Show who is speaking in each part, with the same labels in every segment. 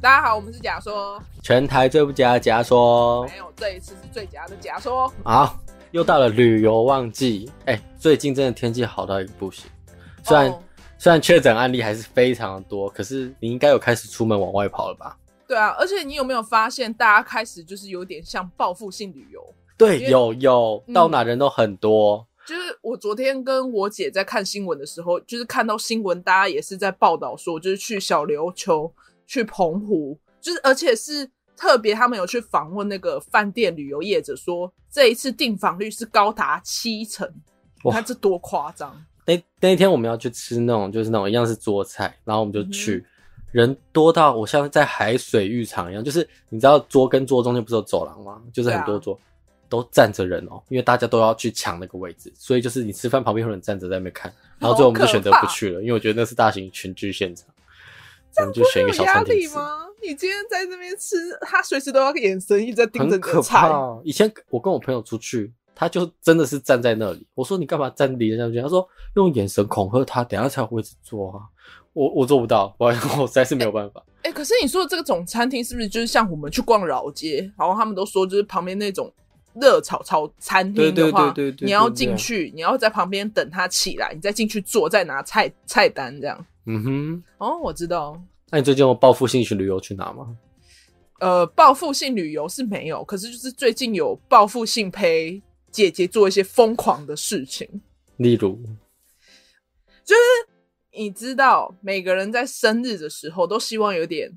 Speaker 1: 大家好，我们是假说，
Speaker 2: 全台最不假的假说，
Speaker 1: 没有这一次是最假的假说，
Speaker 2: 好，又到了旅游旺季。哎、最近真的天气好到一个不行，虽然、
Speaker 1: 哦
Speaker 2: 虽然确诊案例还是非常的多，可是你应该有开始出门往外跑了吧？
Speaker 1: 对啊，而且你有没有发现，大家开始就是有点像报复性旅游？
Speaker 2: 对
Speaker 1: 因，为
Speaker 2: 有有，
Speaker 1: 嗯
Speaker 2: 到哪人都很多。
Speaker 1: 就是我昨天跟我姐在看新闻的时候，就是看到新闻，大家也是在报道说，就是去小琉球、去澎湖，就是而且是特别他们有去访问那个饭店旅游业者说，这一次订房率是高达七成，
Speaker 2: 哇
Speaker 1: 看这多夸张！
Speaker 2: 那那一天我们要去吃那种就是那种一样是桌菜，然后我们就
Speaker 1: 嗯哼
Speaker 2: 去，人多到我像在海水浴场一样，就是你知道桌跟桌中间不是有走廊吗？就是
Speaker 1: 对啊
Speaker 2: 很多桌、都站着人哦，因为大家都要去抢那个位置，所以就是你吃饭旁边会有人站着在那边看，然后最后我们就选择
Speaker 1: 好可
Speaker 2: 不
Speaker 1: 怕
Speaker 2: 去了，因为我觉得那是大型群聚现场，我们就选一
Speaker 1: 有
Speaker 2: 个小
Speaker 1: 压
Speaker 2: 餐厅
Speaker 1: 力
Speaker 2: 吃。
Speaker 1: 吗？你今天在这边吃，他随时都要眼神一直在盯着
Speaker 2: 很
Speaker 1: 你的
Speaker 2: 可
Speaker 1: 菜
Speaker 2: 怕、，哦。以前我跟我朋友出去，他就真的是站在那里。我说你干嘛站离人家那么近？他说用眼神恐吓他，等一下才有位置坐啊。我我做不到，我 我实在是没有办法。
Speaker 1: 哎、可是你说的这个种餐厅是不是就是像我们去逛老街，然后他们都说就是旁边那种热炒炒餐厅的话，
Speaker 2: 对对对对对对
Speaker 1: 你要进去，你要在旁边等它起来，你再进去坐，再拿菜菜单这样。
Speaker 2: 嗯哼，
Speaker 1: 哦，我知道，
Speaker 2: 那你最近有报复性去旅游去哪吗？
Speaker 1: 呃，报复性旅游是没有，可是就是最近有报复性陪姐姐做一些疯狂的事情。
Speaker 2: 例如，
Speaker 1: 你知道，每个人在生日的时候都希望有点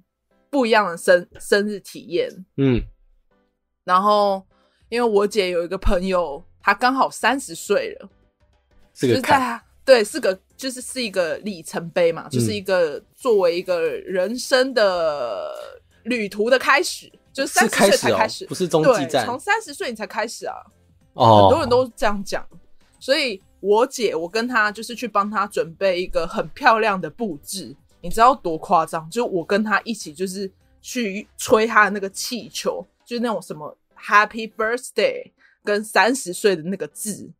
Speaker 1: 不一样的生生日体验，
Speaker 2: 嗯，
Speaker 1: 然后因为我姐有一个朋友，她刚好三十岁了，
Speaker 2: 是
Speaker 1: 就
Speaker 2: 个
Speaker 1: 是在
Speaker 2: 坎，
Speaker 1: 她对是个就是是一个里程碑嘛，就是一个作为一个人生的旅途的开始，就是三
Speaker 2: 是
Speaker 1: 十岁才
Speaker 2: 哦
Speaker 1: 开始，，
Speaker 2: 不是中继
Speaker 1: 对，
Speaker 2: 站
Speaker 1: 从三十岁你才开始啊，
Speaker 2: 哦。
Speaker 1: 很多人都这样讲，所以我姐我跟她就是去帮她准备一个很漂亮的布置，你知道多夸张？就我跟她一起就是去吹她的那个气球，就是那种什么 Happy Birthday 跟三十岁的那个字。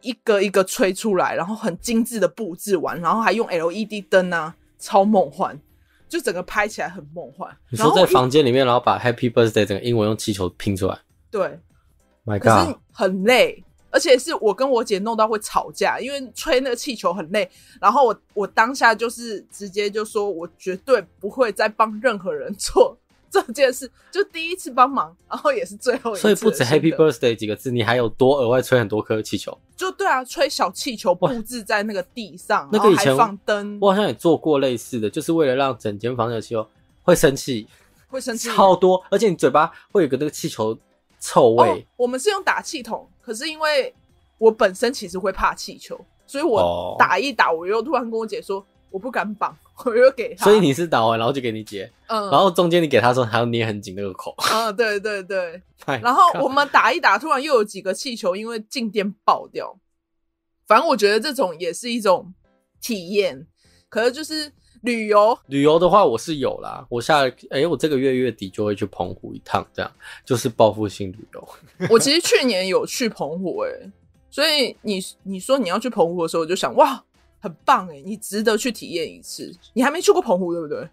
Speaker 1: 一个一个吹出来，然后很精致的布置完，然后还用 LED 灯啊，超梦幻，就整个拍起来很梦幻。
Speaker 2: 你
Speaker 1: 然
Speaker 2: 说
Speaker 1: 后
Speaker 2: 在
Speaker 1: 我一
Speaker 2: 房间里面，然后把 Happy Birthday 整个英文用气球拼出来
Speaker 1: 对，
Speaker 2: ，My
Speaker 1: 可是
Speaker 2: God，
Speaker 1: 很累，而且是我跟我姐弄到会吵架，因为吹那个气球很累。然后我我当下就是直接就说，我绝对不会再帮任何人做这件事，就第一次帮忙，然后也是最后一次。
Speaker 2: 所以不止 Happy Birthday 几个字，你还有多额外吹很多颗气球。
Speaker 1: 就对啊，吹小气球
Speaker 2: 哇
Speaker 1: 布置在那个地上，
Speaker 2: 那
Speaker 1: 然
Speaker 2: 个
Speaker 1: 后
Speaker 2: 以
Speaker 1: 还
Speaker 2: 前
Speaker 1: 放灯，
Speaker 2: 我好像也做过类似的，就是为了让整间房间有气球，会生气，
Speaker 1: 会生气。
Speaker 2: 超多，而且你嘴巴会有个那个气球
Speaker 1: 哦
Speaker 2: 臭味，，
Speaker 1: 我们是用打气筒，可是因为我本身其实会怕气球，所以我
Speaker 2: 哦
Speaker 1: 打一打，我又突然跟我姐说。我不敢绑，我又给她。
Speaker 2: 所以你是打完然后就给你姐，
Speaker 1: 嗯，
Speaker 2: 然后中间你给她说还要捏很紧那个口，
Speaker 1: 嗯，对对对。
Speaker 2: My
Speaker 1: 然后
Speaker 2: God
Speaker 1: 我们打一打，突然又有几个气球因为静电爆掉。反正我觉得这种也是一种体验，可是就是旅游，
Speaker 2: 旅游的话我是有啦，我下哎、我这个月月底就会去澎湖一趟，这样就是报复性旅游。
Speaker 1: 我其实去年有去澎湖诶、所以你你说你要去澎湖的时候，我就想哇，很棒诶、你值得去体验一次。你还没去过澎湖对不对？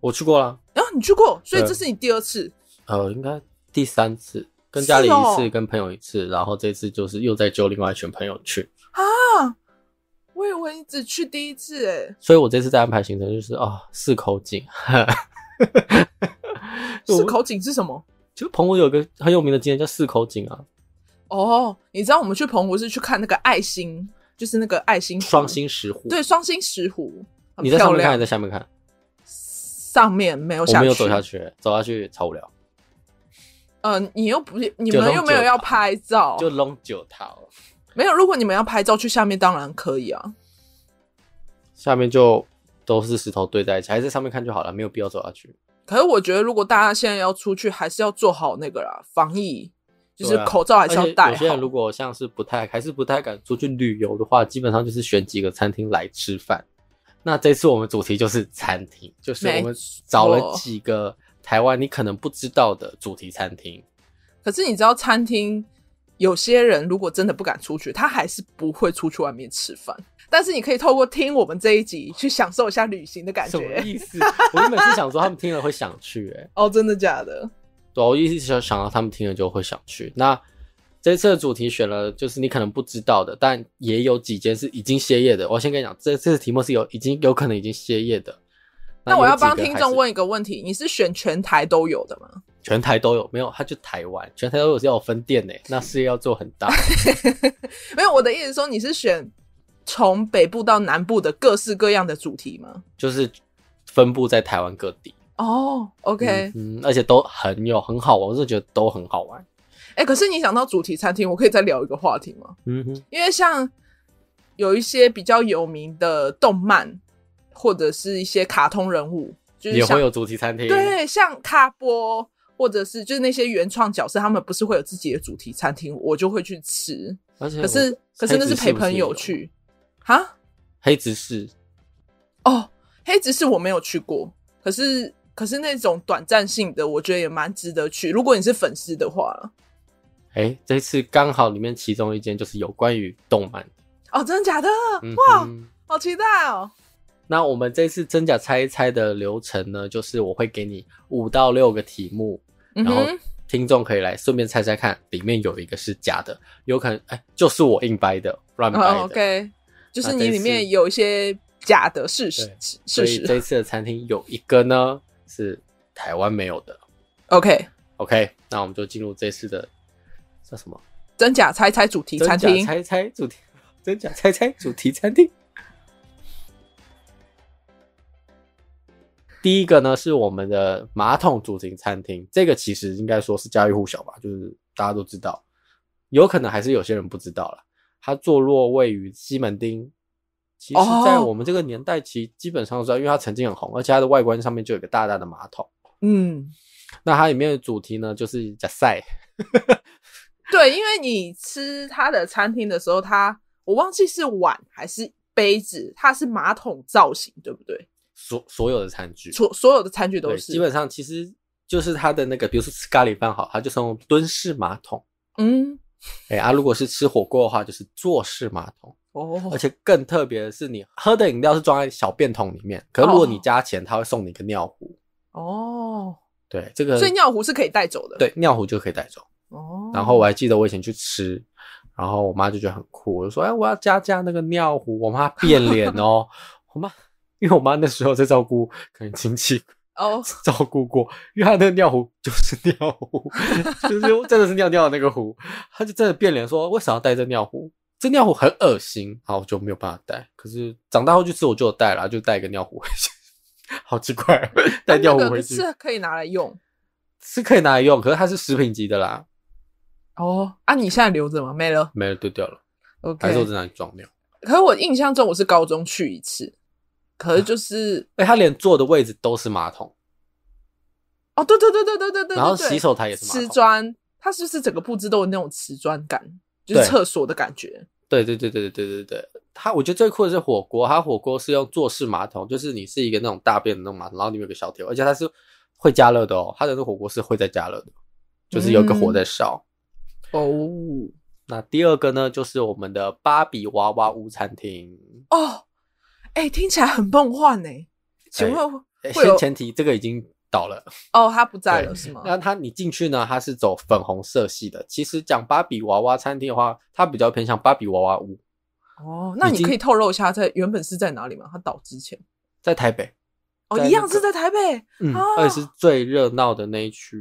Speaker 2: 我去过啦，
Speaker 1: 然、后你去过，所以
Speaker 2: 对
Speaker 1: 这是你第二次，
Speaker 2: 呃，应该第三次。跟家里
Speaker 1: 是
Speaker 2: 一
Speaker 1: 哦
Speaker 2: 次，跟朋友一次，然后这次就是又再揪另外一群朋友去，
Speaker 1: 我以为你只去第一次欸诶、
Speaker 2: 所以我这次在安排行程就是哦，四口井，
Speaker 1: 是口井是什么？
Speaker 2: 就澎湖有个很有名的景点叫四口井啊，
Speaker 1: 哦，你知道我们去澎湖是去看那个爱心，就是那个爱心湖
Speaker 2: 双星石湖。
Speaker 1: 嗯对，双星石湖，很
Speaker 2: 你在上
Speaker 1: 漂
Speaker 2: 面看还
Speaker 1: 亮
Speaker 2: 是。在下面看？
Speaker 1: 上面没有
Speaker 2: 我
Speaker 1: 下
Speaker 2: 没
Speaker 1: 去，
Speaker 2: 有走下。去，走下去超无聊，
Speaker 1: 嗯、你又不是，你
Speaker 2: 就
Speaker 1: 们
Speaker 2: 弄
Speaker 1: 又没有
Speaker 2: 酒
Speaker 1: 要
Speaker 2: 吧
Speaker 1: 拍照，
Speaker 2: 啊 就弄九桃，
Speaker 1: 没有。如果你们要拍照，去下面当然可以啊。
Speaker 2: 下面就都是石头堆在一起，还是上面看就好了，没有必要走下去。
Speaker 1: 可是我觉得，如果大家现在要出去，还是要做好那个啦，防疫，就是
Speaker 2: 对啊
Speaker 1: 口罩还
Speaker 2: 而
Speaker 1: 是
Speaker 2: 且
Speaker 1: 要戴
Speaker 2: 有些
Speaker 1: 好
Speaker 2: 人。如果像是不太还是不太敢出去旅游的话，基本上就是选几个餐厅来吃饭。那这次我们主题就是餐厅，就是我
Speaker 1: 没
Speaker 2: 们找了
Speaker 1: 错
Speaker 2: 几个台湾你可能不知道的主题餐厅。
Speaker 1: 可是你知道，餐厅有些人如果真的不敢出去，他还是不会出去外面吃饭，但是你可以透过听我们这一集去享受一下旅行的感
Speaker 2: 什么
Speaker 1: 觉。
Speaker 2: 意思？我原本是想说他们听了会想去、欸，
Speaker 1: 哦，真的假的？
Speaker 2: 对啊，我一直想想到他们听了就会想去。那这次的主题选了就是你可能不知道的，但也有几间是已经歇业的。我先跟你讲，这这次题目是有已经有可能已经歇业的。
Speaker 1: 那我
Speaker 2: 有
Speaker 1: 要
Speaker 2: 几
Speaker 1: 帮
Speaker 2: 个
Speaker 1: 听
Speaker 2: 还
Speaker 1: 众
Speaker 2: 是，
Speaker 1: 问一个问题：你是选全台都有的吗？
Speaker 2: 全台都有没有？他就台湾，全台都有是要有分店呢、那事业要做很 大。
Speaker 1: 没有，我的意思是说你是选从北部到南部的各式各样的主题吗？
Speaker 2: 就是分布在台湾各地。
Speaker 1: 哦，OK，哎、
Speaker 2: 嗯，嗯而且都很有很好玩，我是觉得都很好玩。
Speaker 1: 哎可是你想到主题餐厅，我可以再聊一个话题吗？
Speaker 2: 嗯哼，
Speaker 1: 因为像有一些比较有名的动漫，或者是一些卡通人物，就是
Speaker 2: 也
Speaker 1: 像
Speaker 2: 会有主题餐厅。
Speaker 1: 对像卡波，或者是就是那些原创角色，他们不是会有自己的主题餐厅，我就会去吃。
Speaker 2: 而且
Speaker 1: 可是
Speaker 2: 嗯
Speaker 1: 可
Speaker 2: 我
Speaker 1: 是那
Speaker 2: 黑
Speaker 1: 是
Speaker 2: 执
Speaker 1: 陪
Speaker 2: 不
Speaker 1: 朋友
Speaker 2: 有
Speaker 1: 去哈
Speaker 2: 黑执事
Speaker 1: 哦，黑执事我没有去过，可是可是那种短暂性的，我觉得也蛮值得去。如果你是粉丝的话啦
Speaker 2: 哎、这次刚好里面其中一间就是有关于动漫。
Speaker 1: 哦，真的假的？
Speaker 2: 嗯
Speaker 1: 哇，
Speaker 2: 哼
Speaker 1: 好期待哦！
Speaker 2: 那我们这次真假猜一猜的流程呢，就是我会给你五到六个题目，
Speaker 1: 嗯
Speaker 2: 然后
Speaker 1: 哼，
Speaker 2: 听众可以来顺便猜猜看，里面有一个是假的，有可能哎、就是我硬掰的，乱掰的。
Speaker 1: 哦、OK，就是
Speaker 2: 那
Speaker 1: 你
Speaker 2: 这
Speaker 1: 里
Speaker 2: 次
Speaker 1: 面有一些假的事实
Speaker 2: 对所
Speaker 1: 事
Speaker 2: 以这
Speaker 1: 实。
Speaker 2: 一次的餐厅有一个呢是台湾没有的。
Speaker 1: OK，
Speaker 2: OK，那我们就进入这次的叫什么？
Speaker 1: 真假猜猜主题餐
Speaker 2: 真假
Speaker 1: 厅。
Speaker 2: 猜猜主题，真假猜猜主题餐厅。第一个呢是我们的马桶主题餐厅，这个其实应该说是家喻户晓吧，就是大家都知道，有可能还是有些人不知道啦。它坐落位于西门町，其实在
Speaker 1: 哦
Speaker 2: 我们这个年代，其实基本上知道，因为它曾经很红，而且它的外观上面就有一个大大的马桶。
Speaker 1: 嗯，
Speaker 2: 那它里面的主题呢，就是假赛，
Speaker 1: 对，因为你吃它的餐厅的时候，它我忘记是碗还是杯子，它是马桶造型，对不对？
Speaker 2: 所所有的餐具，
Speaker 1: 所所有的餐具都
Speaker 2: 对，
Speaker 1: 是。
Speaker 2: 基本上其实就是它的那个，比如说吃咖喱饭好，它就是用蹲式马桶。
Speaker 1: 嗯，
Speaker 2: 哎、啊，如果是吃火锅的话，就是坐式马桶。而
Speaker 1: 哦，
Speaker 2: 且更特别的是，你喝的饮料是装在小便桶里面，可是如果你
Speaker 1: 哦
Speaker 2: 加钱，它会送你一个尿壶。
Speaker 1: 哦，
Speaker 2: 对，这个
Speaker 1: 所以尿壶是可以带走的。，
Speaker 2: 对尿壶就可以带走。
Speaker 1: 哦，
Speaker 2: 然后我还记得我以前去吃，然后我妈就觉得很酷，我就说：“哎，我要加加那个尿壶。”我妈变脸哦， 我妈因为我妈那时候在照顾可能亲戚
Speaker 1: 哦，
Speaker 2: 照顾过，因为他那个尿壶就是尿 壶，就是真的是尿尿的那个壶，他就真的变脸说为什么要带这尿壶？这尿壶很恶心，好，我就没有办法带。可是长大后去吃我就有带了，就带一个尿壶回去， 好奇怪 哦，带
Speaker 1: 啊那
Speaker 2: 尿壶
Speaker 1: 那
Speaker 2: 回
Speaker 1: 个
Speaker 2: 去
Speaker 1: 是可以拿来用。
Speaker 2: 是可以拿来用，可是它是食品级的啦，
Speaker 1: 哦，啊，你现在留着吗？没了。
Speaker 2: 没了丢掉了，
Speaker 1: OK，
Speaker 2: 还是我在那里装尿？
Speaker 1: 可是我印象中我是高中去一次，可是就是、
Speaker 2: 哎、它连坐的位置都是马桶，
Speaker 1: 哦，对对对对对对对，
Speaker 2: 然后
Speaker 1: 对
Speaker 2: 洗手台也是马
Speaker 1: 瓷
Speaker 2: 桶，
Speaker 1: 砖，它是不是整个布置都有那种瓷砖感，就是
Speaker 2: 对
Speaker 1: 厕所的感觉？
Speaker 2: 对对对对对对对对。它我觉得最酷的是火锅，它火锅是用坐式马桶，就是你是一个那种大便的那种马桶，然后里面有个小铁，而且它是会加热的哦，它的那个火锅是会在加热的，就是有一个火
Speaker 1: 嗯
Speaker 2: 在烧。
Speaker 1: 哦
Speaker 2: 那第二个呢，就是我们的芭比娃娃屋餐厅。
Speaker 1: 哦，哎、听起来很梦幻呢、
Speaker 2: 哎
Speaker 1: 请问、
Speaker 2: 诶
Speaker 1: 会有
Speaker 2: 先前提这个已经倒了，
Speaker 1: 哦，他不在了是吗？
Speaker 2: 那它你进去呢，它是走粉红色系的。其实讲芭比娃娃餐厅的话，它比较偏向芭比娃娃屋，
Speaker 1: 哦，那
Speaker 2: 已
Speaker 1: 你
Speaker 2: 经
Speaker 1: 可以透露一下在原本是在哪里吗？他倒之前
Speaker 2: 在台北，
Speaker 1: 哦，
Speaker 2: 在那
Speaker 1: 一样
Speaker 2: 个
Speaker 1: 是在台北
Speaker 2: 嗯，
Speaker 1: 啊
Speaker 2: 而且是最热闹的那一区，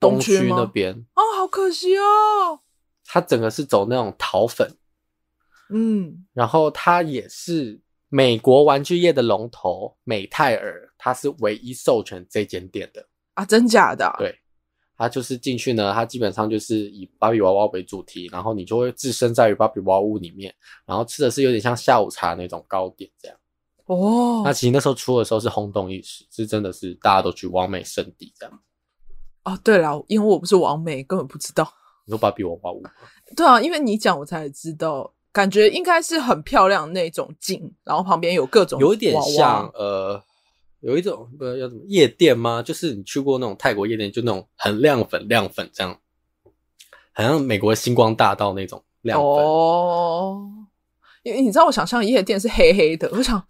Speaker 1: 东
Speaker 2: 东
Speaker 1: 区
Speaker 2: 区
Speaker 1: 吗
Speaker 2: 那边。
Speaker 1: 哦，好可惜哦。
Speaker 2: 它整个是走那种桃粉，
Speaker 1: 嗯，
Speaker 2: 然后它也是美国玩具业的龙头美泰尔，它是唯一授权这间店的。
Speaker 1: 啊，真假的啊、
Speaker 2: 对它就是进去呢，它基本上就是以芭比娃娃为主题，然后你就会置身在于芭比娃娃屋里面，然后吃的是有点像下午茶那种糕点这样。
Speaker 1: 哦，
Speaker 2: 那其实那时候出的时候是轰动一时，是真的是大家都去完美圣地这样。
Speaker 1: 哦，对了，因为我不是王美，根本不知道。
Speaker 2: 你说芭比娃娃屋吗，
Speaker 1: 对啊，因为你讲我才知道，感觉应该是很漂亮那种景，然后旁边有各种
Speaker 2: 有一点
Speaker 1: 娃娃
Speaker 2: 像呃，有一种呃要怎么夜店吗？就是你去过那种泰国夜店，就那种很亮粉亮粉这样，好像美国星光大道那种亮粉。
Speaker 1: 哦。因为你知道我想象夜店是黑黑的，我想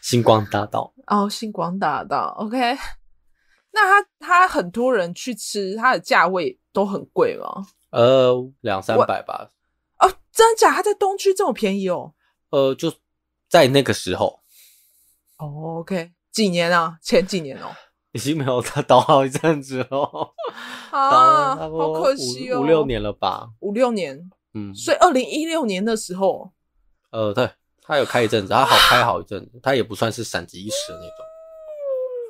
Speaker 2: 星光 大道
Speaker 1: 哦，星光大道，OK。那它它很多人去吃，它的价位都很贵吗？
Speaker 2: 呃两三百吧，
Speaker 1: 哦，真假？它在东区这么便宜哦？
Speaker 2: 呃就在那个时候
Speaker 1: 哦，OK，几年啊？前几年哦？
Speaker 2: 已经没有他倒好一阵子了，
Speaker 1: 啊，
Speaker 2: 倒了差不
Speaker 1: 好
Speaker 2: 多
Speaker 1: 可惜哦，
Speaker 2: 五五六，年了吧，
Speaker 1: 五六年。
Speaker 2: 嗯
Speaker 1: 所以二零一六年的时候，
Speaker 2: 呃对，他有开一阵子，他好开好一阵子，他也不算是闪击一时的那种。
Speaker 1: 嗯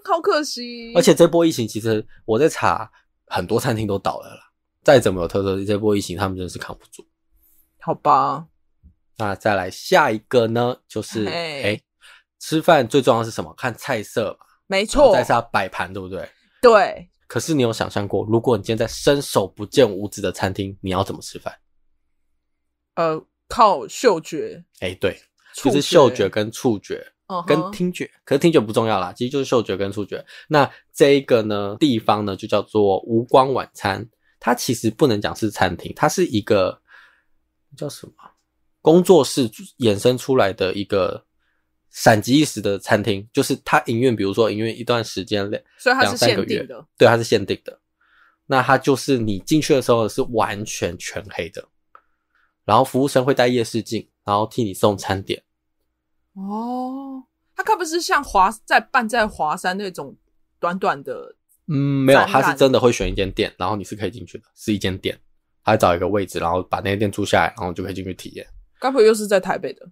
Speaker 1: 好可惜。
Speaker 2: 而且这波疫情，其实我在查，很多餐厅都倒了啦。再怎么有特色，这波疫情他们真的是扛不住。
Speaker 1: 好吧，
Speaker 2: 那再来下一个呢，就是哎、
Speaker 1: 嘿
Speaker 2: 诶吃饭最重要的是什么？看菜色嘛，
Speaker 1: 没
Speaker 2: 然后
Speaker 1: 错
Speaker 2: 再，是要摆盘，对不对？
Speaker 1: 对，
Speaker 2: 可是你有想象过，如果你今天在伸手不见五指的餐厅，你要怎么吃饭？
Speaker 1: 呃，靠嗅觉，
Speaker 2: 哎、对，
Speaker 1: 触
Speaker 2: 就是嗅觉跟触觉
Speaker 1: 嗯哼
Speaker 2: 跟听觉，可是听觉不重要啦，其实就是嗅觉跟触觉。那这一个呢地方呢就叫做无光晚餐，它其实不能讲是餐厅，它是一个叫什么工作室衍生出来的一个闪击一时的餐厅，就是它营运，比如说营运一段时间两
Speaker 1: 所以它是
Speaker 2: 两三个
Speaker 1: 限
Speaker 2: 月
Speaker 1: 定的，
Speaker 2: 对，它是限定的。那它就是你进去的时候是完全全黑的，然后服务生会带夜视镜，然后替你送餐点。
Speaker 1: 哦。它该不是像华在办在华山那种短短的
Speaker 2: 嗯，没有，
Speaker 1: 展
Speaker 2: 他是
Speaker 1: 览
Speaker 2: 真的会选一间店，然后你是可以进去的，是一间店，他找一个位置，然后把那间店租下来，然后你就可以进去体验。
Speaker 1: 该不会又是在台北的？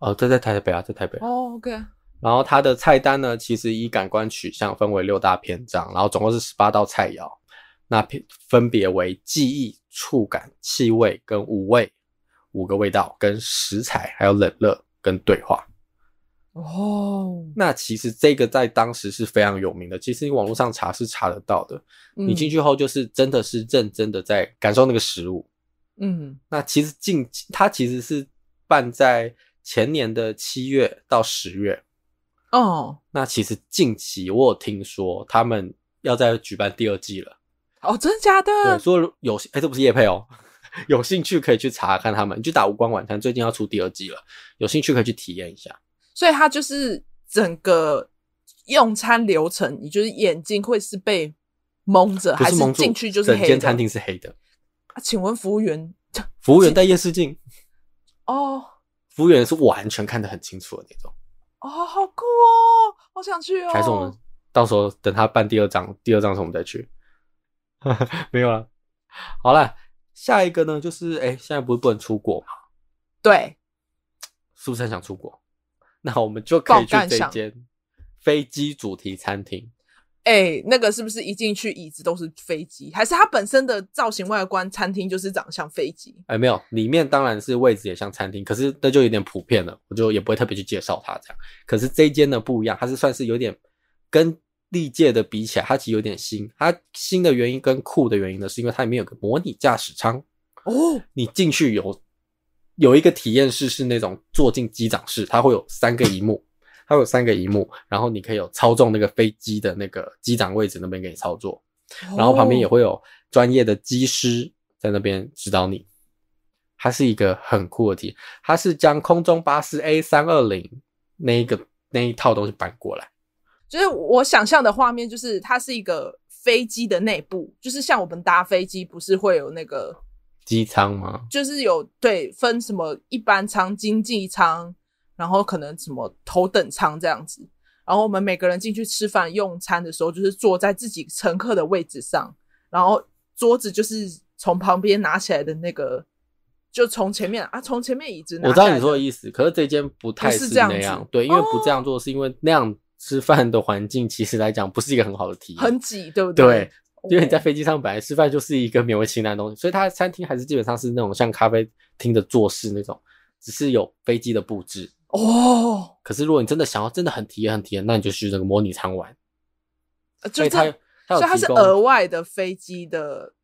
Speaker 2: 哦，这在台北啊，在台北。
Speaker 1: 哦，OK，
Speaker 2: 然后它的菜单呢，其实以感官取向分为六大篇章，然后总共是十八道菜肴，那篇分别为记忆、触感、气味跟五味五个味道，跟食材，还有冷热跟对话。
Speaker 1: 哦，
Speaker 2: 那其实这个在当时是非常有名的，其实你网络上查是查得到的。你
Speaker 1: 嗯
Speaker 2: 进去后就是真的是认真的在感受那个食物。
Speaker 1: 嗯，
Speaker 2: 那其实近它其实是办在前年的七月到十月。
Speaker 1: 哦，
Speaker 2: 那其实近期我有听说他们要再举办第二季了，
Speaker 1: 哦，真的假
Speaker 2: 对，
Speaker 1: 的？
Speaker 2: 说如有哎、这不是叶配哦， 有兴趣可以去查看他们，你去打无关晚餐，最近要出第二季了，有兴趣可以去体验一下。
Speaker 1: 所以它就是整个用餐流程，你就是眼睛会是被蒙着，
Speaker 2: 不
Speaker 1: 还
Speaker 2: 蒙住
Speaker 1: 进去就是
Speaker 2: 整
Speaker 1: 黑
Speaker 2: 间
Speaker 1: 的？
Speaker 2: 餐厅是黑的，
Speaker 1: 啊请问服务员？
Speaker 2: 服务员戴夜视镜，
Speaker 1: 哦
Speaker 2: 服务员是完全看得很清楚的那种。
Speaker 1: 哦，好酷哦，好想去哦。
Speaker 2: 还是我们到时候等他办第二张，第二张时候我们再去。 没有了，好了，下一个呢就是，哎、现在不是不能出国嘛？
Speaker 1: 对
Speaker 2: 是不是很想出国？那我们就可以去
Speaker 1: 爆干
Speaker 2: 这
Speaker 1: 想
Speaker 2: 间飞机主题餐厅。
Speaker 1: 哎、那个是不是一进去椅子都是飞机？还是它本身的造型外观，餐厅就是长得像飞机？
Speaker 2: 哎、没有，里面当然是位置也像餐厅，可是那就有点普遍了，我就也不会特别去介绍它这样。可是这一间呢不一样，它是算是有点跟历届的比起来，它其实有点新。它新的原因跟酷的原因呢，是因为它里面有个模拟驾驶舱。
Speaker 1: 哦，
Speaker 2: 你进去有有一个体验室是那种坐进机长室，它会有三个荧幕，它会有三个荧幕，然后你可以有操纵那个飞机的那个机长位置那边给你操作，
Speaker 1: 哦
Speaker 2: 然后旁边也
Speaker 1: 会
Speaker 2: 会有专业的机师在那边指导你。它是一个很酷的体验，它是将空中巴士 A 三二零那一个那一套东西搬过来。
Speaker 1: 就是我想象的画面，就是它是一个飞机的内部，就是像我们搭飞机不是会有那个
Speaker 2: 机舱吗？
Speaker 1: 就是有对分什么一般舱、经济舱，然后可能什么头等舱这样子。然后我们每个人进去吃饭用餐的时候，就是坐在自己乘客的位置上，然后桌子就是从旁边拿起来的那个，就从前面啊，从前面椅子拿
Speaker 2: 我知
Speaker 1: 下来
Speaker 2: 道
Speaker 1: 的。
Speaker 2: 你说的意思，可是这间不太
Speaker 1: 不是
Speaker 2: 是
Speaker 1: 这样
Speaker 2: 那
Speaker 1: 子哦
Speaker 2: 样，对，因为不这样做是因为那样吃饭的环境其实来讲不是一个很好的体验，
Speaker 1: 很挤，对不
Speaker 2: 对
Speaker 1: 对？
Speaker 2: 因为你在飞机上本来吃饭就是一个勉为其难的东西，所以它的餐厅还是基本上是那种像咖啡厅的坐式那种，只是有飞机的布置。
Speaker 1: 哦，
Speaker 2: 可是如果你真的想要真的很体验很体验，那你就去那个模拟舱玩，
Speaker 1: 呃就
Speaker 2: 所以
Speaker 1: 是
Speaker 2: 它有它有
Speaker 1: 所以它
Speaker 2: 提
Speaker 1: 是
Speaker 2: 供
Speaker 1: 额外的飞机的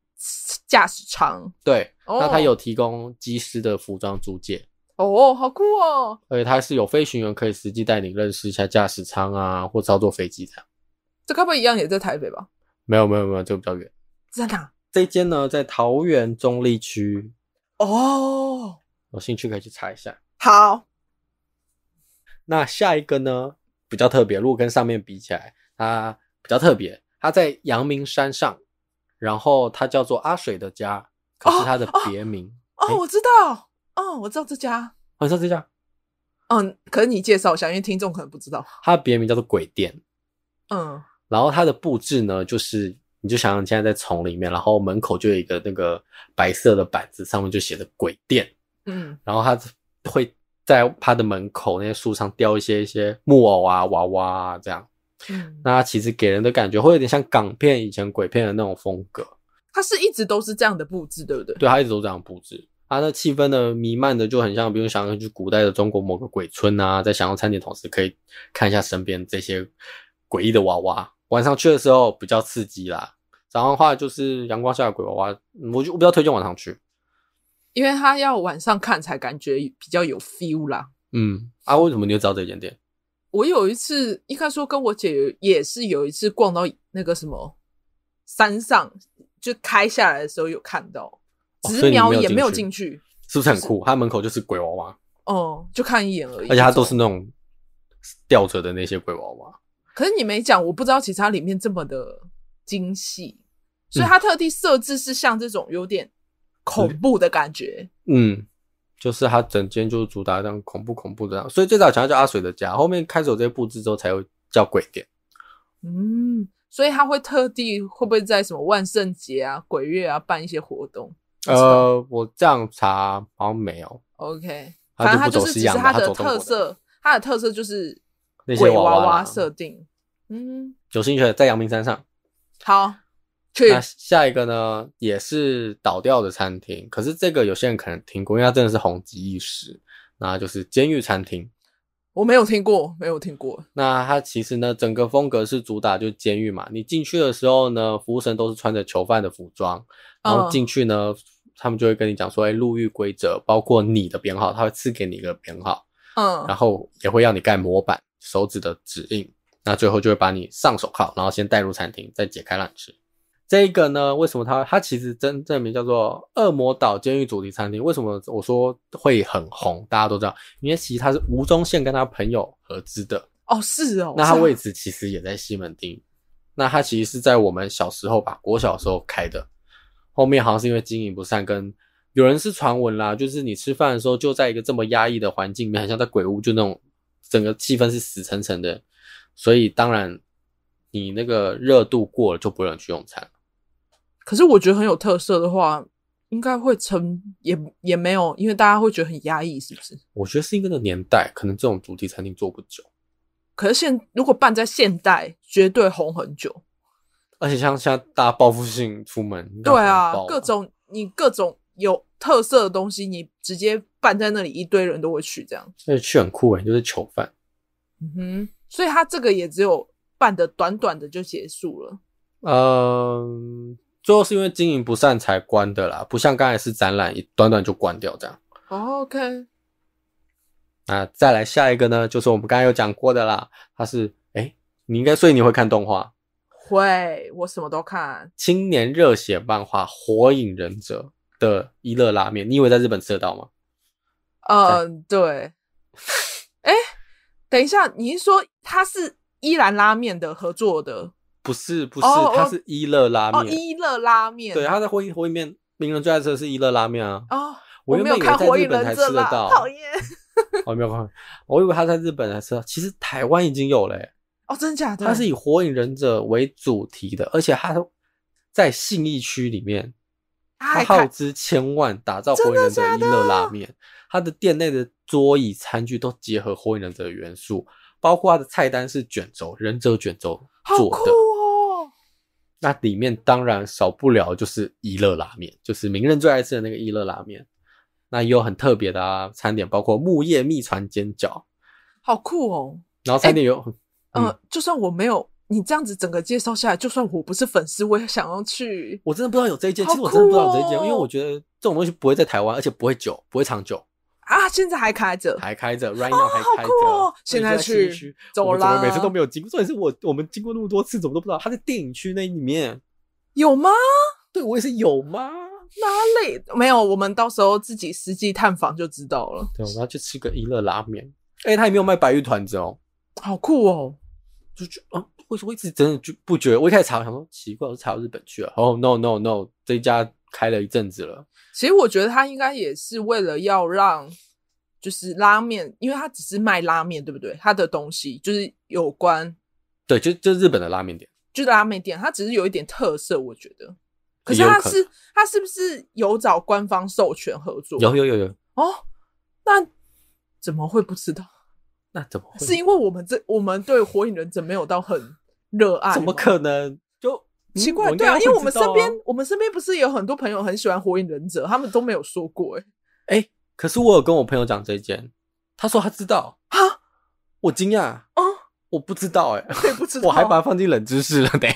Speaker 1: 驾驶舱
Speaker 2: 对，
Speaker 1: 哦
Speaker 2: 那它有提供机师的服装租借，
Speaker 1: 哦，好酷哦！
Speaker 2: 而且它是有飞行员可以实际带你认识一下驾驶舱啊，或操作飞机这样。
Speaker 1: 这该不会一样也在台北吧？啊
Speaker 2: 没有没有没有，这个比较远。
Speaker 1: 在哪？
Speaker 2: 这间呢在桃园中立区，
Speaker 1: 哦，
Speaker 2: 有兴趣可以去查一下。
Speaker 1: 好，
Speaker 2: 那下一个呢，比较特别，如果跟上面比起来，它比较特别，它在阳明山上，然后它叫做阿水的家，可是它的别名诶
Speaker 1: 哦，我知道，哦，我知道这家，
Speaker 2: 好像是这样，
Speaker 1: 嗯，可是你介绍一下，因为听众可能不知道，
Speaker 2: 它的别名叫做鬼店。
Speaker 1: 嗯，
Speaker 2: 然后它的布置呢，就是你就想想你现在在丛里面，然后门口就有一个那个白色的板子，上面就写着“鬼店”，
Speaker 1: 嗯，
Speaker 2: 然后它会在它的门口那些树上雕一些一些木偶啊、娃娃啊这样。
Speaker 1: 嗯，
Speaker 2: 那它其实给人的感觉会有点像港片以前鬼片的那种风格，
Speaker 1: 它是一直都是这样的布置，对不对？
Speaker 2: 对，它一直都这样布置。它的气氛呢，弥漫的就很像，比如想要去古代的中国某个鬼村啊，在享用餐点同时，可以看一下身边这些诡异的娃娃。晚上去的时候比较刺激啦，早上的话就是阳光下的鬼娃娃，嗯我就我比较推荐晚上去。
Speaker 1: 因为它要晚上看才感觉比较有 feel 啦。
Speaker 2: 嗯，啊，为什么你就知道这间店？
Speaker 1: 我有一次应该说跟我姐有也是有一次逛到那个什么山上，就开下来的时候有看到，
Speaker 2: 哦
Speaker 1: 直
Speaker 2: 所以你
Speaker 1: 瞄
Speaker 2: 没有
Speaker 1: 也
Speaker 2: 进
Speaker 1: 没有
Speaker 2: 去
Speaker 1: 进去，
Speaker 2: 是不是很酷？它门口就是鬼娃娃，
Speaker 1: 哦、就看一眼而已。
Speaker 2: 而且它都
Speaker 1: 这种，
Speaker 2: 是那种吊着的那些鬼娃娃。
Speaker 1: 可是你没讲，我不知道其实它里面这么的精细，所以它特地设置是像这种有点恐怖的感觉。
Speaker 2: 嗯，就是他整间就是主打这样恐怖恐怖的这样，所以最早想要叫阿水的家，后面开始有这些布置之后才会叫鬼店。
Speaker 1: 嗯，所以他会特地会不会在什么万圣节啊、鬼月啊办一些活动是吧
Speaker 2: 呃，我这样查好像没有
Speaker 1: ？OK，
Speaker 2: 它
Speaker 1: 反正它
Speaker 2: 就不走
Speaker 1: 就是
Speaker 2: 西
Speaker 1: 只是
Speaker 2: 洋的
Speaker 1: 它
Speaker 2: 它
Speaker 1: 的
Speaker 2: 走中国
Speaker 1: 特
Speaker 2: 的
Speaker 1: 色，它的特色就是
Speaker 2: 那些
Speaker 1: 鬼
Speaker 2: 娃
Speaker 1: 娃
Speaker 2: 娃
Speaker 1: 娃
Speaker 2: 啦
Speaker 1: 设定。嗯，
Speaker 2: 有兴趣的在阳明山上。
Speaker 1: 好，去
Speaker 2: 那下一个呢，也是倒掉的餐厅，可是这个有些人可能听过，因为它真的是红极一时。那就是监狱餐厅。
Speaker 1: 我没有听过，没有听过。
Speaker 2: 那它其实呢，整个风格是主打就是监狱嘛。你进去的时候呢，服务生都是穿着囚犯的服装，然后
Speaker 1: 嗯
Speaker 2: 进去呢，他们就会跟你讲说，哎、入狱规则包括你的编号，他会赐给你一个编号，
Speaker 1: 嗯
Speaker 2: 然后也会让你盖模板、手指的指印，那最后就会把你上手铐，然后先带入餐厅，再解开让你吃。这个呢，为什么它它其实真正名叫做恶魔岛监狱主题餐厅？为什么我说会很红？大家都知道，因为其实它是吴宗宪跟他朋友合资的。
Speaker 1: 哦，是哦，
Speaker 2: 那它
Speaker 1: 是啊
Speaker 2: 位置其实也在西门町，那它其实是在我们小时候吧，国小的时候开的，后面好像是因为经营不善，跟有人是传闻啦，就是你吃饭的时候就在一个这么压抑的环境里面，很像在鬼屋，就那种整个气氛是死沉沉的，所以当然你那个热度过了就不会有人去用餐。
Speaker 1: 可是我觉得很有特色的话，应该会成也也没有，因为大家会觉得很压抑，是不是？
Speaker 2: 我觉得是因为那个年代，可能这种主题餐厅做不久，
Speaker 1: 可是现如果办在现代，绝对红很久。
Speaker 2: 而且像现在大家报复性出门，应该
Speaker 1: 对
Speaker 2: 很
Speaker 1: 啊
Speaker 2: 爆，
Speaker 1: 各种你各种有特色的东西，你直接办在那里，一堆人都会去这样。
Speaker 2: 而且去很酷诶、欸就是囚犯。
Speaker 1: 嗯哼，所以他这个也只有办的短短的就结束了。
Speaker 2: 嗯，最后是因为经营不善才关的啦，不像刚才是展览一短短就关掉这样。
Speaker 1: 哦 OK，
Speaker 2: 那再来下一个呢，就是我们刚才有讲过的啦，它是哎、诶你应该所以你会看动画，
Speaker 1: 会，我什么都看。
Speaker 2: 青年热血漫画《火影忍者》的一乐拉面，你以为在日本吃得到吗？
Speaker 1: 嗯，对。哎，等一下，你是说它是依兰拉面的合作的
Speaker 2: 不是，不是，
Speaker 1: 哦哦
Speaker 2: 它是一乐拉
Speaker 1: 哦，
Speaker 2: 面。
Speaker 1: 伊乐拉面？
Speaker 2: 对，它在火影火影面，名人最爱吃的是一乐拉面啊。
Speaker 1: 哦，
Speaker 2: 我原
Speaker 1: 没有
Speaker 2: 本以为
Speaker 1: 看《
Speaker 2: 在
Speaker 1: 火
Speaker 2: 日
Speaker 1: 影
Speaker 2: 本
Speaker 1: 忍
Speaker 2: 才
Speaker 1: 者
Speaker 2: 吃》得
Speaker 1: 啦，
Speaker 2: 到，
Speaker 1: 讨厌。
Speaker 2: 我没有看，我以为它在日本才吃得到，其实台湾已经有了、欸。
Speaker 1: 哦，真假的？
Speaker 2: 它是以火影忍者为主题的，而且它在信义区里面，
Speaker 1: 他
Speaker 2: 它
Speaker 1: 还
Speaker 2: 耗
Speaker 1: 看
Speaker 2: 资千万打造火
Speaker 1: 真
Speaker 2: 影
Speaker 1: 的
Speaker 2: 忍者
Speaker 1: 假
Speaker 2: 一乐拉面，它的店内的桌椅餐具都结合火影忍者的元素，包括它的菜单是卷轴忍者卷轴
Speaker 1: 好
Speaker 2: 做
Speaker 1: 酷
Speaker 2: 的，
Speaker 1: 哦！
Speaker 2: 那里面当然少不了就是一乐拉面，就是名人最爱吃的那个一乐拉面。那也有很特别的啊，餐点包括木叶秘传煎饺，
Speaker 1: 好酷哦！
Speaker 2: 然后餐点有、嗯
Speaker 1: 呃，就算我没有你这样子整个介绍下来，就算我不是粉丝，我也想要去。
Speaker 2: 我真的不知道有这一件，
Speaker 1: 好
Speaker 2: 其实我真的不知道有
Speaker 1: 酷
Speaker 2: 这一件，
Speaker 1: 哦
Speaker 2: 因为我觉得这种东西不会在台湾，而且不会久，不会长久，
Speaker 1: 啊，现在还开着，
Speaker 2: 还开着，right now 还
Speaker 1: 好
Speaker 2: 开着。
Speaker 1: 酷哦！
Speaker 2: 所
Speaker 1: 现
Speaker 2: 以就
Speaker 1: 在
Speaker 2: 信义
Speaker 1: 去
Speaker 2: 区，
Speaker 1: 走
Speaker 2: 我们怎么
Speaker 1: 啦，
Speaker 2: 每次都没有经过，重点是我我们经过那么多次，怎么都不知道它在电影区那里面。
Speaker 1: 有吗？
Speaker 2: 对我也是有吗？
Speaker 1: 哪里没有？我们到时候自己实际探访就知道了。
Speaker 2: 对，我们要去吃个一乐拉面。哎、他也没有卖白玉团子哦，
Speaker 1: 好酷哦！
Speaker 2: 就就啊，为什么一直真的就不觉得？我一开始查，我想说奇怪，我是查到日本去了。哦、no no no，这一家开了一阵子了。
Speaker 1: 其实我觉得他应该也是为了要让，就是拉面，因为他只是卖拉面，对不对？他的东西就是有关
Speaker 2: 对，就就日本的拉面店，
Speaker 1: 就是拉面店，它只是有一点特色，我觉得。可是
Speaker 2: 有
Speaker 1: 他
Speaker 2: 可
Speaker 1: 是他是不是有找官方授权合作？
Speaker 2: 有有有有，
Speaker 1: 哦，那怎么会不知道？
Speaker 2: 那怎么会？
Speaker 1: 是因为我们这我们对火影忍者没有到很热啊爱吗，
Speaker 2: 怎么可能？就
Speaker 1: 奇怪？对啊，因为我们身边、我们身边不是有很多朋友很喜欢火影忍者，他们都没有说过哎、
Speaker 2: 哎、诶可是我有跟我朋友讲这一件，他说他知道，
Speaker 1: 啊，
Speaker 2: 我惊讶，
Speaker 1: 哦，
Speaker 2: 我不知道、诶哎，
Speaker 1: 我也不知道，
Speaker 2: 我还把它放进冷知识 了呢。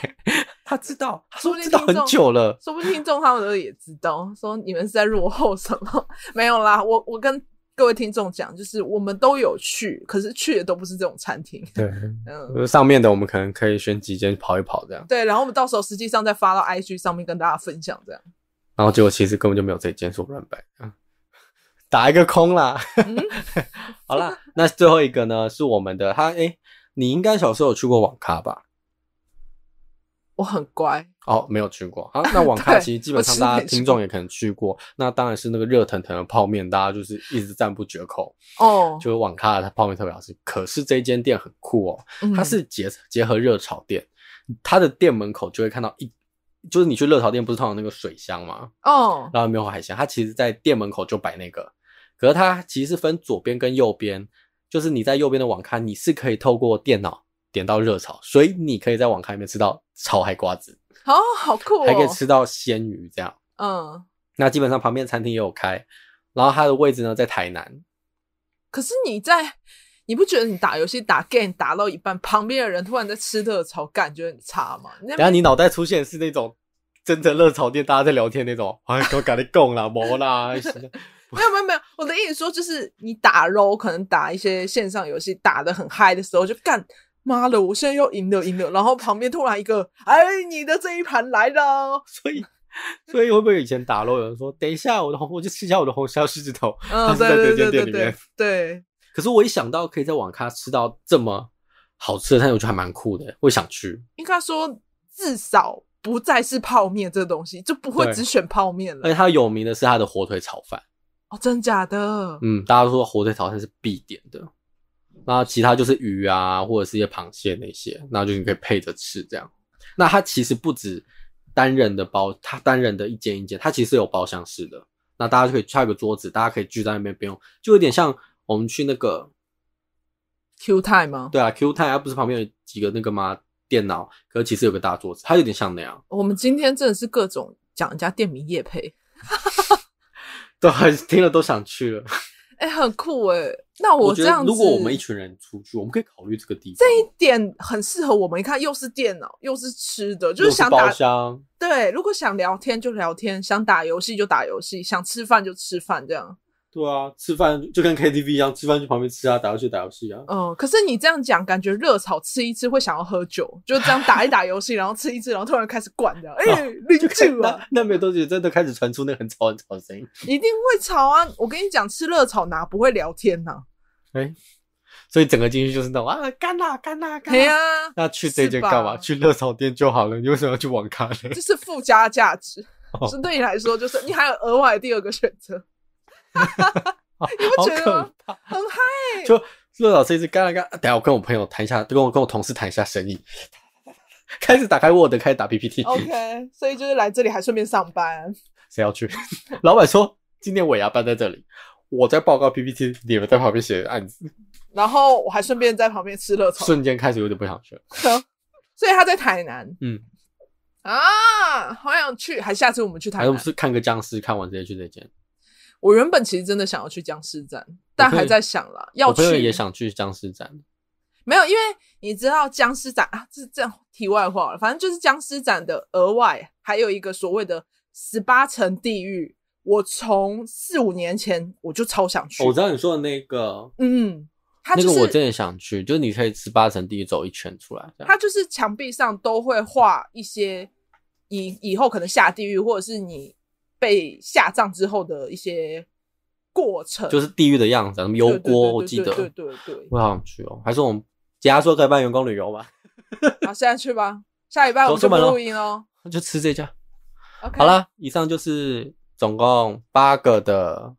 Speaker 2: 他知道， 他
Speaker 1: 说
Speaker 2: 说
Speaker 1: 不定
Speaker 2: 知道很久了。
Speaker 1: 说不定听众他们都也知道，说你们是在落后什么？ 没有啦，我我跟各位听众讲，就是我们都有去，可是去的都不是这种餐厅。
Speaker 2: 对，
Speaker 1: 嗯，
Speaker 2: 呃上面的我们可能可以选几间跑一跑这样，
Speaker 1: 对，然后我们到时候实际上再发到 IG 上面跟大家分享，这样。
Speaker 2: 然后结果其实根本就没有这间，是我乱摆，嗯打一个空啦。
Speaker 1: 嗯
Speaker 2: 好啦，那最后一个呢是我们的他，哎、你应该小时候有去过网咖吧？
Speaker 1: 我很乖，
Speaker 2: 哦，没有去过啊。那网咖
Speaker 1: 对
Speaker 2: 其实基本上
Speaker 1: 我是
Speaker 2: 大
Speaker 1: 没
Speaker 2: 家
Speaker 1: 去
Speaker 2: 听众也可能去过，那当然是那个热腾腾的泡面，大家就是一直赞不绝口。
Speaker 1: 哦，
Speaker 2: 就是网咖的泡面特别好吃，可是这间店很酷哦，
Speaker 1: 嗯
Speaker 2: 它是结结合热炒店，它的店门口就会看到一，就是你去热炒店不是通常那个水箱吗？
Speaker 1: 哦，
Speaker 2: 然后没有海鲜，它其实在店门口就摆那个，可是它其实是分左边跟右边，就是你在右边的网咖，你是可以透过电脑点到热炒，所以你可以在网咖里面吃到炒海瓜子，
Speaker 1: 哦，好酷哦，
Speaker 2: 还可以吃到鲜鱼这样。
Speaker 1: 嗯，
Speaker 2: 那基本上旁边餐厅也有开，然后它的位置呢在台南，
Speaker 1: 可是你在，你不觉得你打游戏打 game 打到一半，旁边的人突然在吃热炒，感觉很差吗？你那
Speaker 2: 等一下
Speaker 1: 边
Speaker 2: 你脑袋出现是那种真正热炒店大家在聊天那种， 哎，我赶紧供啦，没啦，哎是的
Speaker 1: 没有没有没有，我的意思说就是你打 RO 可能打一些线上游戏打的很嗨的时候，就干妈的，我现在又赢了赢了，然后旁边突然一个，哎，你的这一盘来了，哦
Speaker 2: 所以所以会不会以前打漏有人说，等一下我的红，我去吃一下我的红烧狮子头，
Speaker 1: 嗯，
Speaker 2: 是在
Speaker 1: 对对对
Speaker 2: 这
Speaker 1: 对
Speaker 2: 间店里
Speaker 1: 对
Speaker 2: 面
Speaker 1: 对，
Speaker 2: 可是我一想到可以在网咖吃到这么好吃的餐，我觉得还蛮酷的，会想去。
Speaker 1: 应该说至少不再是泡面这东西，就不会
Speaker 2: 对
Speaker 1: 只选泡面了。
Speaker 2: 而且它有名的是它的火腿炒饭，
Speaker 1: 哦，真假的？
Speaker 2: 嗯，大家都说火腿炒饭是必点的。那其他就是鱼啊，或者是一些螃蟹那些，那就你可以配着吃这样。那它其实不止单人的包，它单人的一间一间，它其实有包厢式的。那大家就可以它有个桌子，大家可以聚在那边，不用就有点像我们去那个
Speaker 1: Q time 吗？
Speaker 2: 对啊，Q 太它不是旁边有几个那个吗？电脑，可是其实有个大桌子，它有点像那样，
Speaker 1: 我们今天真的是各种讲人家店名业配，
Speaker 2: 对，还是听了都想去了。
Speaker 1: 哎、很酷哎、那
Speaker 2: 我
Speaker 1: 这
Speaker 2: 觉得
Speaker 1: 样子，
Speaker 2: 如果我们一群人出去，我们可以考虑这个地方，
Speaker 1: 这一点很适合我们，你看又是电脑又是吃的，就
Speaker 2: 又
Speaker 1: 是
Speaker 2: 是
Speaker 1: 想
Speaker 2: 包
Speaker 1: 打
Speaker 2: 厢，
Speaker 1: 对，如果想聊天就聊天，想打游戏就打游戏，想吃饭就吃饭这样。
Speaker 2: 对啊，吃饭就跟 KTV 一样，吃饭去旁边吃啊，打游戏打游戏啊。
Speaker 1: 嗯，可是你这样讲，感觉热炒吃一吃会想要喝酒，就这样打一打游戏，然后吃一吃，然后突然开始灌 这样，哎、你
Speaker 2: 哦就
Speaker 1: 零
Speaker 2: 看
Speaker 1: 酒啊
Speaker 2: 那，那没有多久，真的开始传出那个很吵很吵的声音。
Speaker 1: 一定会吵啊！我跟你讲，吃热炒哪不会聊天呐、
Speaker 2: 所以整个进去就是那种啊，干啦干啦干
Speaker 1: 对
Speaker 2: 啦。
Speaker 1: 呀、
Speaker 2: 那去这间干嘛？
Speaker 1: 是吧
Speaker 2: 去热炒店就好了，你为什么要去网咖呢？
Speaker 1: 这是附加价值，
Speaker 2: 哦
Speaker 1: 是对你来说，就是你还有额外的第二个选 择，
Speaker 2: 好
Speaker 1: 不觉得吗
Speaker 2: 可怕！
Speaker 1: 很嗨。
Speaker 2: 就热炒这一次干了干，啊等一下我跟我朋友谈一下，跟我跟我同事谈一下生意， 开始打开 Word，开始打 PPT，
Speaker 1: 哦 OK，所以就是来这里还顺便上班，
Speaker 2: 谁要去？ 老板说今天尾牙办在这里，我在报告 PPT，你们在旁边写案子，
Speaker 1: 然后我还顺便在旁边吃热炒。
Speaker 2: 瞬间开始有点不想去了。
Speaker 1: 所以他在台南
Speaker 2: 嗯，
Speaker 1: 啊，好想去，还下次我们去台
Speaker 2: 还有
Speaker 1: 南。
Speaker 2: 哎是看个僵尸，看完直接去这间。
Speaker 1: 我原本其实真的想要去僵尸站，但还在想啦，要
Speaker 2: 我
Speaker 1: 去
Speaker 2: 朋友也想去僵尸展，
Speaker 1: 没有，因为你知道僵尸展啊，这这样题外话了，反正就是僵尸展的额外还有一个所谓的十八层地狱。我从四五年前我就超想去，
Speaker 2: 哦我知道你说的那个，
Speaker 1: 嗯，它就
Speaker 2: 那个我
Speaker 1: 是
Speaker 2: 真的想去，就是你可以十八层地狱走一圈出来，这样
Speaker 1: 它就是墙壁上都会画一些以以后可能下地狱，或者是你被下葬之后的一些过程，
Speaker 2: 就是地狱的样子啊，什么油
Speaker 1: 对对
Speaker 2: 锅，
Speaker 1: 对
Speaker 2: 我
Speaker 1: 对
Speaker 2: 记
Speaker 1: 对
Speaker 2: 得，
Speaker 1: 对对对。
Speaker 2: 我好想去哦。还是我们假如说可以办员工旅游吧，
Speaker 1: 好，现在去吧，下礼拜我们就
Speaker 2: 走出
Speaker 1: 不
Speaker 2: 门咯
Speaker 1: 录音喽。
Speaker 2: 就吃 这家。
Speaker 1: OK，
Speaker 2: 好，啦，以上就是总共八个的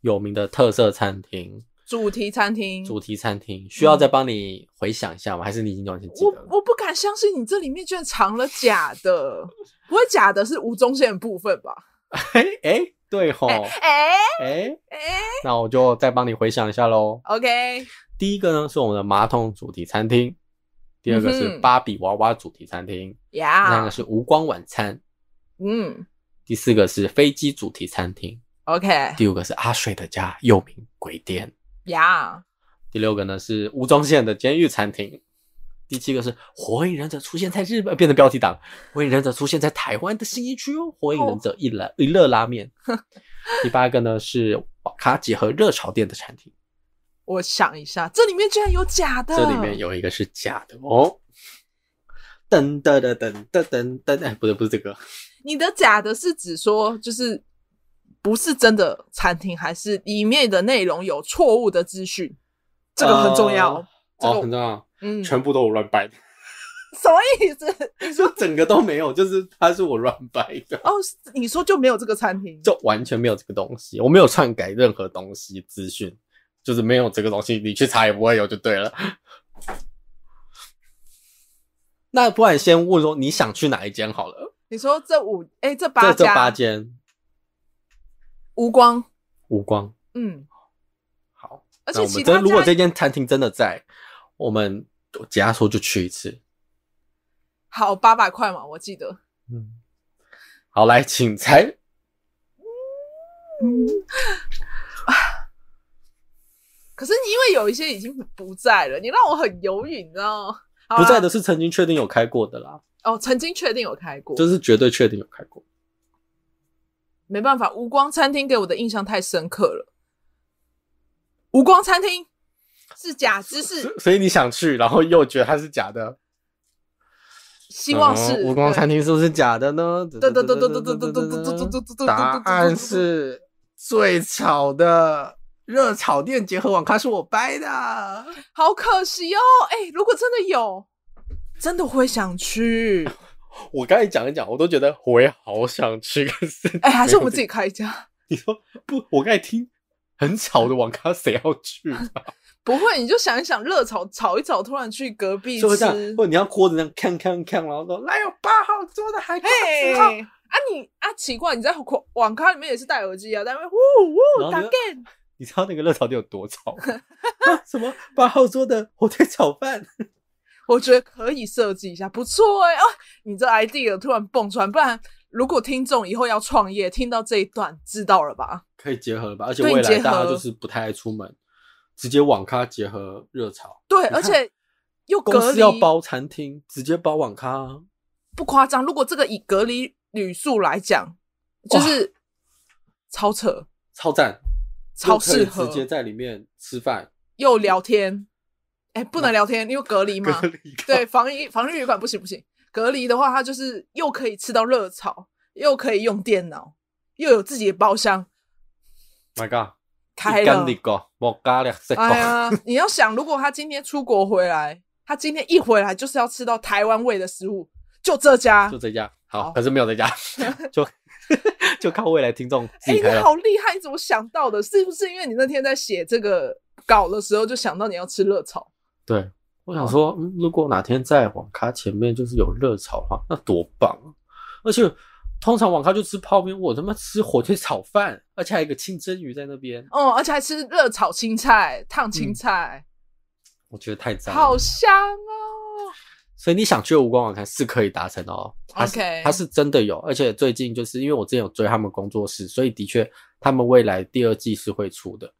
Speaker 2: 有名的特色餐厅、
Speaker 1: 主题餐厅，
Speaker 2: 主题餐厅，需要再帮你回想一下吗？还是你已经完全记
Speaker 1: 嗯我
Speaker 2: 得了？
Speaker 1: 我不敢相信你这里面居然藏了假的，不会假的是吴宗宪的部分吧？
Speaker 2: 哎、诶对吼，
Speaker 1: 哎
Speaker 2: 哎、
Speaker 1: 哎
Speaker 2: 那我就再帮你回想一下喽。
Speaker 1: ，OK，
Speaker 2: 第一个呢是我们的马桶主题餐厅，第二个
Speaker 1: 嗯
Speaker 2: 是
Speaker 1: 哼啊
Speaker 2: 芭比娃娃主题餐厅，第三
Speaker 1: 呀
Speaker 2: 个，是无光晚餐，
Speaker 1: 嗯
Speaker 2: 第四个是飞机主题餐厅，
Speaker 1: ，OK，
Speaker 2: 第五个是阿水的家，又名鬼店。
Speaker 1: 呀，
Speaker 2: 第六个呢是吴宗宪的监狱餐厅。第七个是《火影忍者》出现在日本，变成标题党，《火影忍者》出现在台湾的新一区哦，《火影忍者一兰一乐拉 面》第八个呢是瓦卡吉和热潮店的餐厅，
Speaker 1: 我想一下，这里面居然有假的，
Speaker 2: 这里面有一个是假的哦。噔噔噔噔噔噔噔，哎，不对，不是这个，
Speaker 1: 你的假的是指说就是不是真的餐厅，还是里面的内容有错误的资讯？这个很重要，这
Speaker 2: 呃
Speaker 1: 个
Speaker 2: 哦，很重要，
Speaker 1: 嗯，什
Speaker 2: 全部都我乱掰的，
Speaker 1: 么意思？
Speaker 2: 你说整个都没有，就是它是我乱掰的。
Speaker 1: 哦，是你说就没有这个餐厅？
Speaker 2: 就完全没有这个东西，我没有篡改任何东西资讯，就是没有这个东西，你去查也不会有就对了。那不然先问说你想去哪一间好了？
Speaker 1: 你说这五哎、这八
Speaker 2: 这这
Speaker 1: 家
Speaker 2: 八间
Speaker 1: 无光，
Speaker 2: 无光
Speaker 1: 嗯，
Speaker 2: 好，
Speaker 1: 而
Speaker 2: 那
Speaker 1: 且
Speaker 2: 我
Speaker 1: 其
Speaker 2: 们
Speaker 1: 他
Speaker 2: 真如果
Speaker 1: 家
Speaker 2: 这间餐厅真的在，我们假说就去一次。
Speaker 1: 好八百块嘛，我记得。
Speaker 2: 嗯，好，来，请猜，
Speaker 1: 可是你因为有一些已经不在了，你让我很犹豫，你知道吗？好
Speaker 2: 不
Speaker 1: 啦
Speaker 2: 在的是曾经确定有开过的啦，
Speaker 1: 哦，曾经确定有开过，
Speaker 2: 就是绝对确定有开过。
Speaker 1: 没办法，无光餐厅给我的印象太深刻了。无光餐厅是假知识，
Speaker 2: 所所以你想去，然后又觉得它是假的，
Speaker 1: 希望是
Speaker 2: 无光餐厅是不是假的呢？
Speaker 1: 对
Speaker 2: 对
Speaker 1: 对对对对对对对对对对对对，
Speaker 2: 答案是最吵的热炒店结合网咖是我掰的。
Speaker 1: 好可惜哦。哎，如果真的有，真的会想去。
Speaker 2: 我刚才讲一讲，我都觉得我也好想去，可是
Speaker 1: 哎，还是我们
Speaker 2: 没有
Speaker 1: 自己开一家？
Speaker 2: 你说不？我刚才听很吵的网咖，谁要去啊？
Speaker 1: 不会，你就想一想，热炒炒一炒，突然去隔壁
Speaker 2: 就会这样
Speaker 1: 吃，
Speaker 2: 啊或。者你要锅子这样看看看，然后说来有八号桌的海瓜
Speaker 1: 嘿，
Speaker 2: 子哦，
Speaker 1: 啊你啊奇怪，你在网网咖里面也是戴耳机啊，在那边呜呜
Speaker 2: 然后
Speaker 1: 打
Speaker 2: 就
Speaker 1: game。
Speaker 2: 你知道那个热炒店有多吵吗？ 啊什么八号桌的火腿炒饭？
Speaker 1: 我觉得可以设计一下，不错哎、哦，你这 idea 突然蹦出来，不然如果听众以后要创业，听到这一段知道了吧？
Speaker 2: 可以结合了吧？而且
Speaker 1: 对
Speaker 2: 未来
Speaker 1: 结合
Speaker 2: 大家就是不太爱出门，直接网咖结合热潮。
Speaker 1: 对，
Speaker 2: 看
Speaker 1: 而且又
Speaker 2: 公
Speaker 1: 隔
Speaker 2: 司
Speaker 1: 离，
Speaker 2: 要包餐厅，直接包网咖啊、
Speaker 1: 不夸张。如果这个以隔离旅宿来讲，就是超扯，
Speaker 2: 超赞，
Speaker 1: 超适
Speaker 2: 又可以
Speaker 1: 合
Speaker 2: 直，接在里面吃饭
Speaker 1: 又聊天。哎、不能聊天，因为隔离嘛
Speaker 2: 隔。离。
Speaker 1: 对，，防疫防疫旅馆不行不行，隔离的话，它就是又可以吃到热炒，又可以用电脑，又有自己的包厢，
Speaker 2: ，My God，
Speaker 1: 开
Speaker 2: 一
Speaker 1: 了
Speaker 2: 干。你个，我加两三
Speaker 1: 哎
Speaker 2: 个，
Speaker 1: 呀，你要想，如果他今天出国回来，他今天一回来就是要吃到台湾味的食物，就这家哎
Speaker 2: 就。这家好，
Speaker 1: 啊好
Speaker 2: 可是没有 这家，就 就靠未来听众自
Speaker 1: 哎、
Speaker 2: 己
Speaker 1: 你
Speaker 2: 开了。
Speaker 1: 好厉害，你怎么想到的？是不是因为你那天在写这个稿的时候就想到你要吃热炒？
Speaker 2: 对，我想说，嗯如果哪天在网咖前面就是有热炒的话，那多棒啊！而且通常网咖就吃泡面，我他妈吃火腿炒饭，而且还有一个清蒸鱼在那边，
Speaker 1: 哦、而且还吃热炒青菜、烫青菜，
Speaker 2: 我嗯觉得太赞
Speaker 1: 好
Speaker 2: 了。
Speaker 1: 香哦！
Speaker 2: 所以你想去的无光网咖是可以达成的哦。它是
Speaker 1: OK
Speaker 2: 它是真的有，而且最近就是因为我之前有追他们工作室，所以的确他们未来第二季是会出的。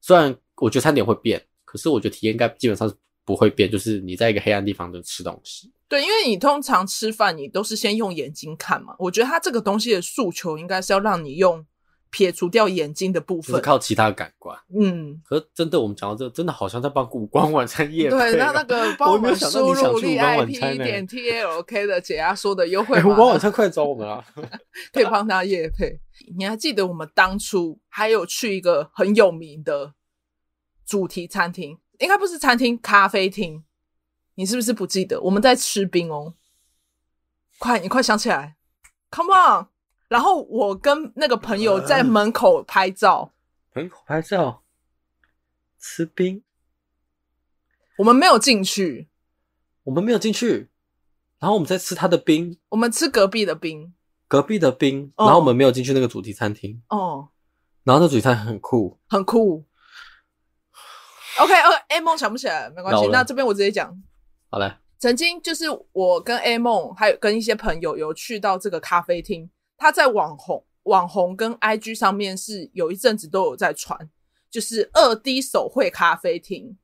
Speaker 2: 虽然我觉得餐点会变，可是我觉得体验应该基本上是不会变，就是你在一个黑暗地方就吃东西。
Speaker 1: 对，因为你通常吃饭，你都是先用眼睛看嘛。我觉得他这个东西的诉求应该是要让你用撇除掉眼睛的部
Speaker 2: 就是
Speaker 1: 分，
Speaker 2: 靠其他感官。
Speaker 1: 嗯，
Speaker 2: 可是真的，我们讲到这，真的好像在帮古光晚餐夜配哦、
Speaker 1: 对，那那个帮
Speaker 2: 我没有
Speaker 1: 们
Speaker 2: 想到
Speaker 1: 输
Speaker 2: 你想
Speaker 1: 入
Speaker 2: 去
Speaker 1: 力
Speaker 2: 五光
Speaker 1: I
Speaker 2: 晚
Speaker 1: P
Speaker 2: 餐
Speaker 1: 一
Speaker 2: 呢
Speaker 1: 点 T L K 的解压缩 的优惠
Speaker 2: 哎，
Speaker 1: 码
Speaker 2: 古光晚
Speaker 1: 呢，
Speaker 2: 餐快来找我们啊！
Speaker 1: 可以帮大家夜配。你还记得我们当初还有去一个很有名的主题餐厅，应该不是餐厅，咖啡厅，你是不是不记得？我们在吃冰哦，快，你快想起来，Come on！然后我跟那个朋友
Speaker 2: 嗯
Speaker 1: 在门口拍照，
Speaker 2: 门口拍照，吃冰，
Speaker 1: 我们没有进去，
Speaker 2: 我们没有进去，然后我们在吃他的冰，
Speaker 1: 我们吃隔壁的冰
Speaker 2: 隔壁的冰，
Speaker 1: 哦
Speaker 2: 然后我们没有进去那个主题餐厅，
Speaker 1: 哦，
Speaker 2: 然后那主题餐厅很酷，
Speaker 1: 很酷。OK OK，A 梦想不起来没关
Speaker 2: 老
Speaker 1: 系，
Speaker 2: 了
Speaker 1: 那这边我直接讲，
Speaker 2: 好嘞，
Speaker 1: 曾经就是我跟 A 梦还有跟一些朋友有去到这个咖啡厅，他在网红网红跟 IG 上面是有一阵子都有在传，就是二 D 手绘咖啡厅，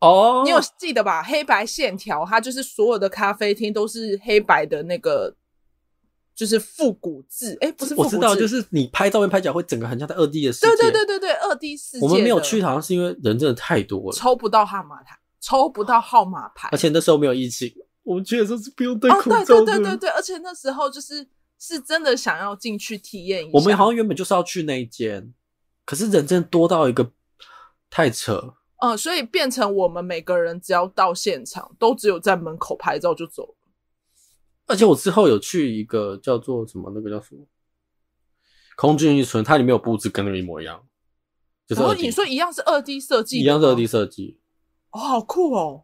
Speaker 2: 哦
Speaker 1: 你有记得吧？黑白线条，它就是所有的咖啡厅都是黑白的那个，就是复古字，哎、不是复
Speaker 2: 我
Speaker 1: 古字，
Speaker 2: 知道，就是你拍照片拍起来会整个很像在二 D 的世界，
Speaker 1: 对对对对对，二 D 世界
Speaker 2: 我们没有
Speaker 1: 的
Speaker 2: 去，好像是因为人真的太多了，
Speaker 1: 抽不到号码牌，抽不到号码牌，
Speaker 2: 而且那时候没有疫情，我们去的时候是不用戴
Speaker 1: 哦，
Speaker 2: 口
Speaker 1: 对
Speaker 2: 罩
Speaker 1: 对
Speaker 2: 的，
Speaker 1: 对对对，而且那时候就是是真的想要进去体验一下，
Speaker 2: 我们好像原本就是要去那一间，可是人真的多到一个太扯，
Speaker 1: 嗯，所以变成我们每个人只要到现场，都只有在门口拍照就走了。
Speaker 2: 而且我之后有去一个叫做什么，那个叫什么空军一村，它里面有布置跟那个一模一样，就是
Speaker 1: 然后
Speaker 2: 二 D，
Speaker 1: 哦你说一样是二 D 设计的
Speaker 2: 一
Speaker 1: 吗，
Speaker 2: 样是二 D 设计。
Speaker 1: 哦，好酷哦！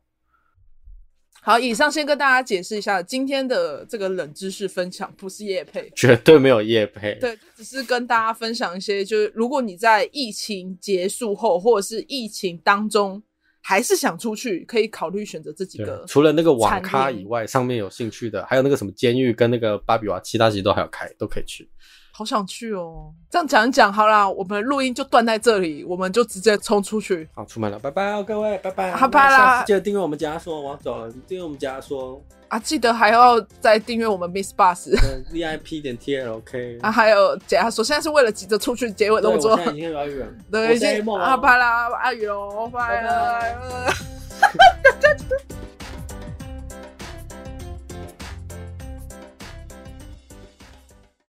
Speaker 1: 好，以上先跟大家解释一下，今天的这个冷知识分享不是夜配，
Speaker 2: 绝对没有夜配，
Speaker 1: 对，只是跟大家分享一些，就是如果你在疫情结束后，或者是疫情当中，还是想出去，可以考虑选择这几
Speaker 2: 对
Speaker 1: 个。
Speaker 2: 除了那个网咖
Speaker 1: 餐厅
Speaker 2: 以外，上面有兴趣的，还有那个什么监狱跟那个芭比娃，其他其实都还有开，都可以去。
Speaker 1: 好想去哦！这样讲一讲好啦，我们录音就断在这里，我们就直接冲出去。
Speaker 2: 好，出门了，拜拜哦，各位，拜拜，
Speaker 1: 好拜啦
Speaker 2: 那下次记得订阅我们家说，我要走了，订阅我们家说，
Speaker 1: 啊，记得还要再订阅我们 Miss Bus
Speaker 2: 嗯，VIP 点 TLK
Speaker 1: 啊，，还有解压说，现在是为了急着出去结尾
Speaker 2: 对
Speaker 1: 动
Speaker 2: 我
Speaker 1: 作
Speaker 2: 现，在已经有点远，
Speaker 1: 对，
Speaker 2: 我
Speaker 1: 已啊
Speaker 2: 是 A
Speaker 1: 经
Speaker 2: 梦哦
Speaker 1: 啊，拜啦，阿宇喽，拜
Speaker 2: 拜
Speaker 1: 了。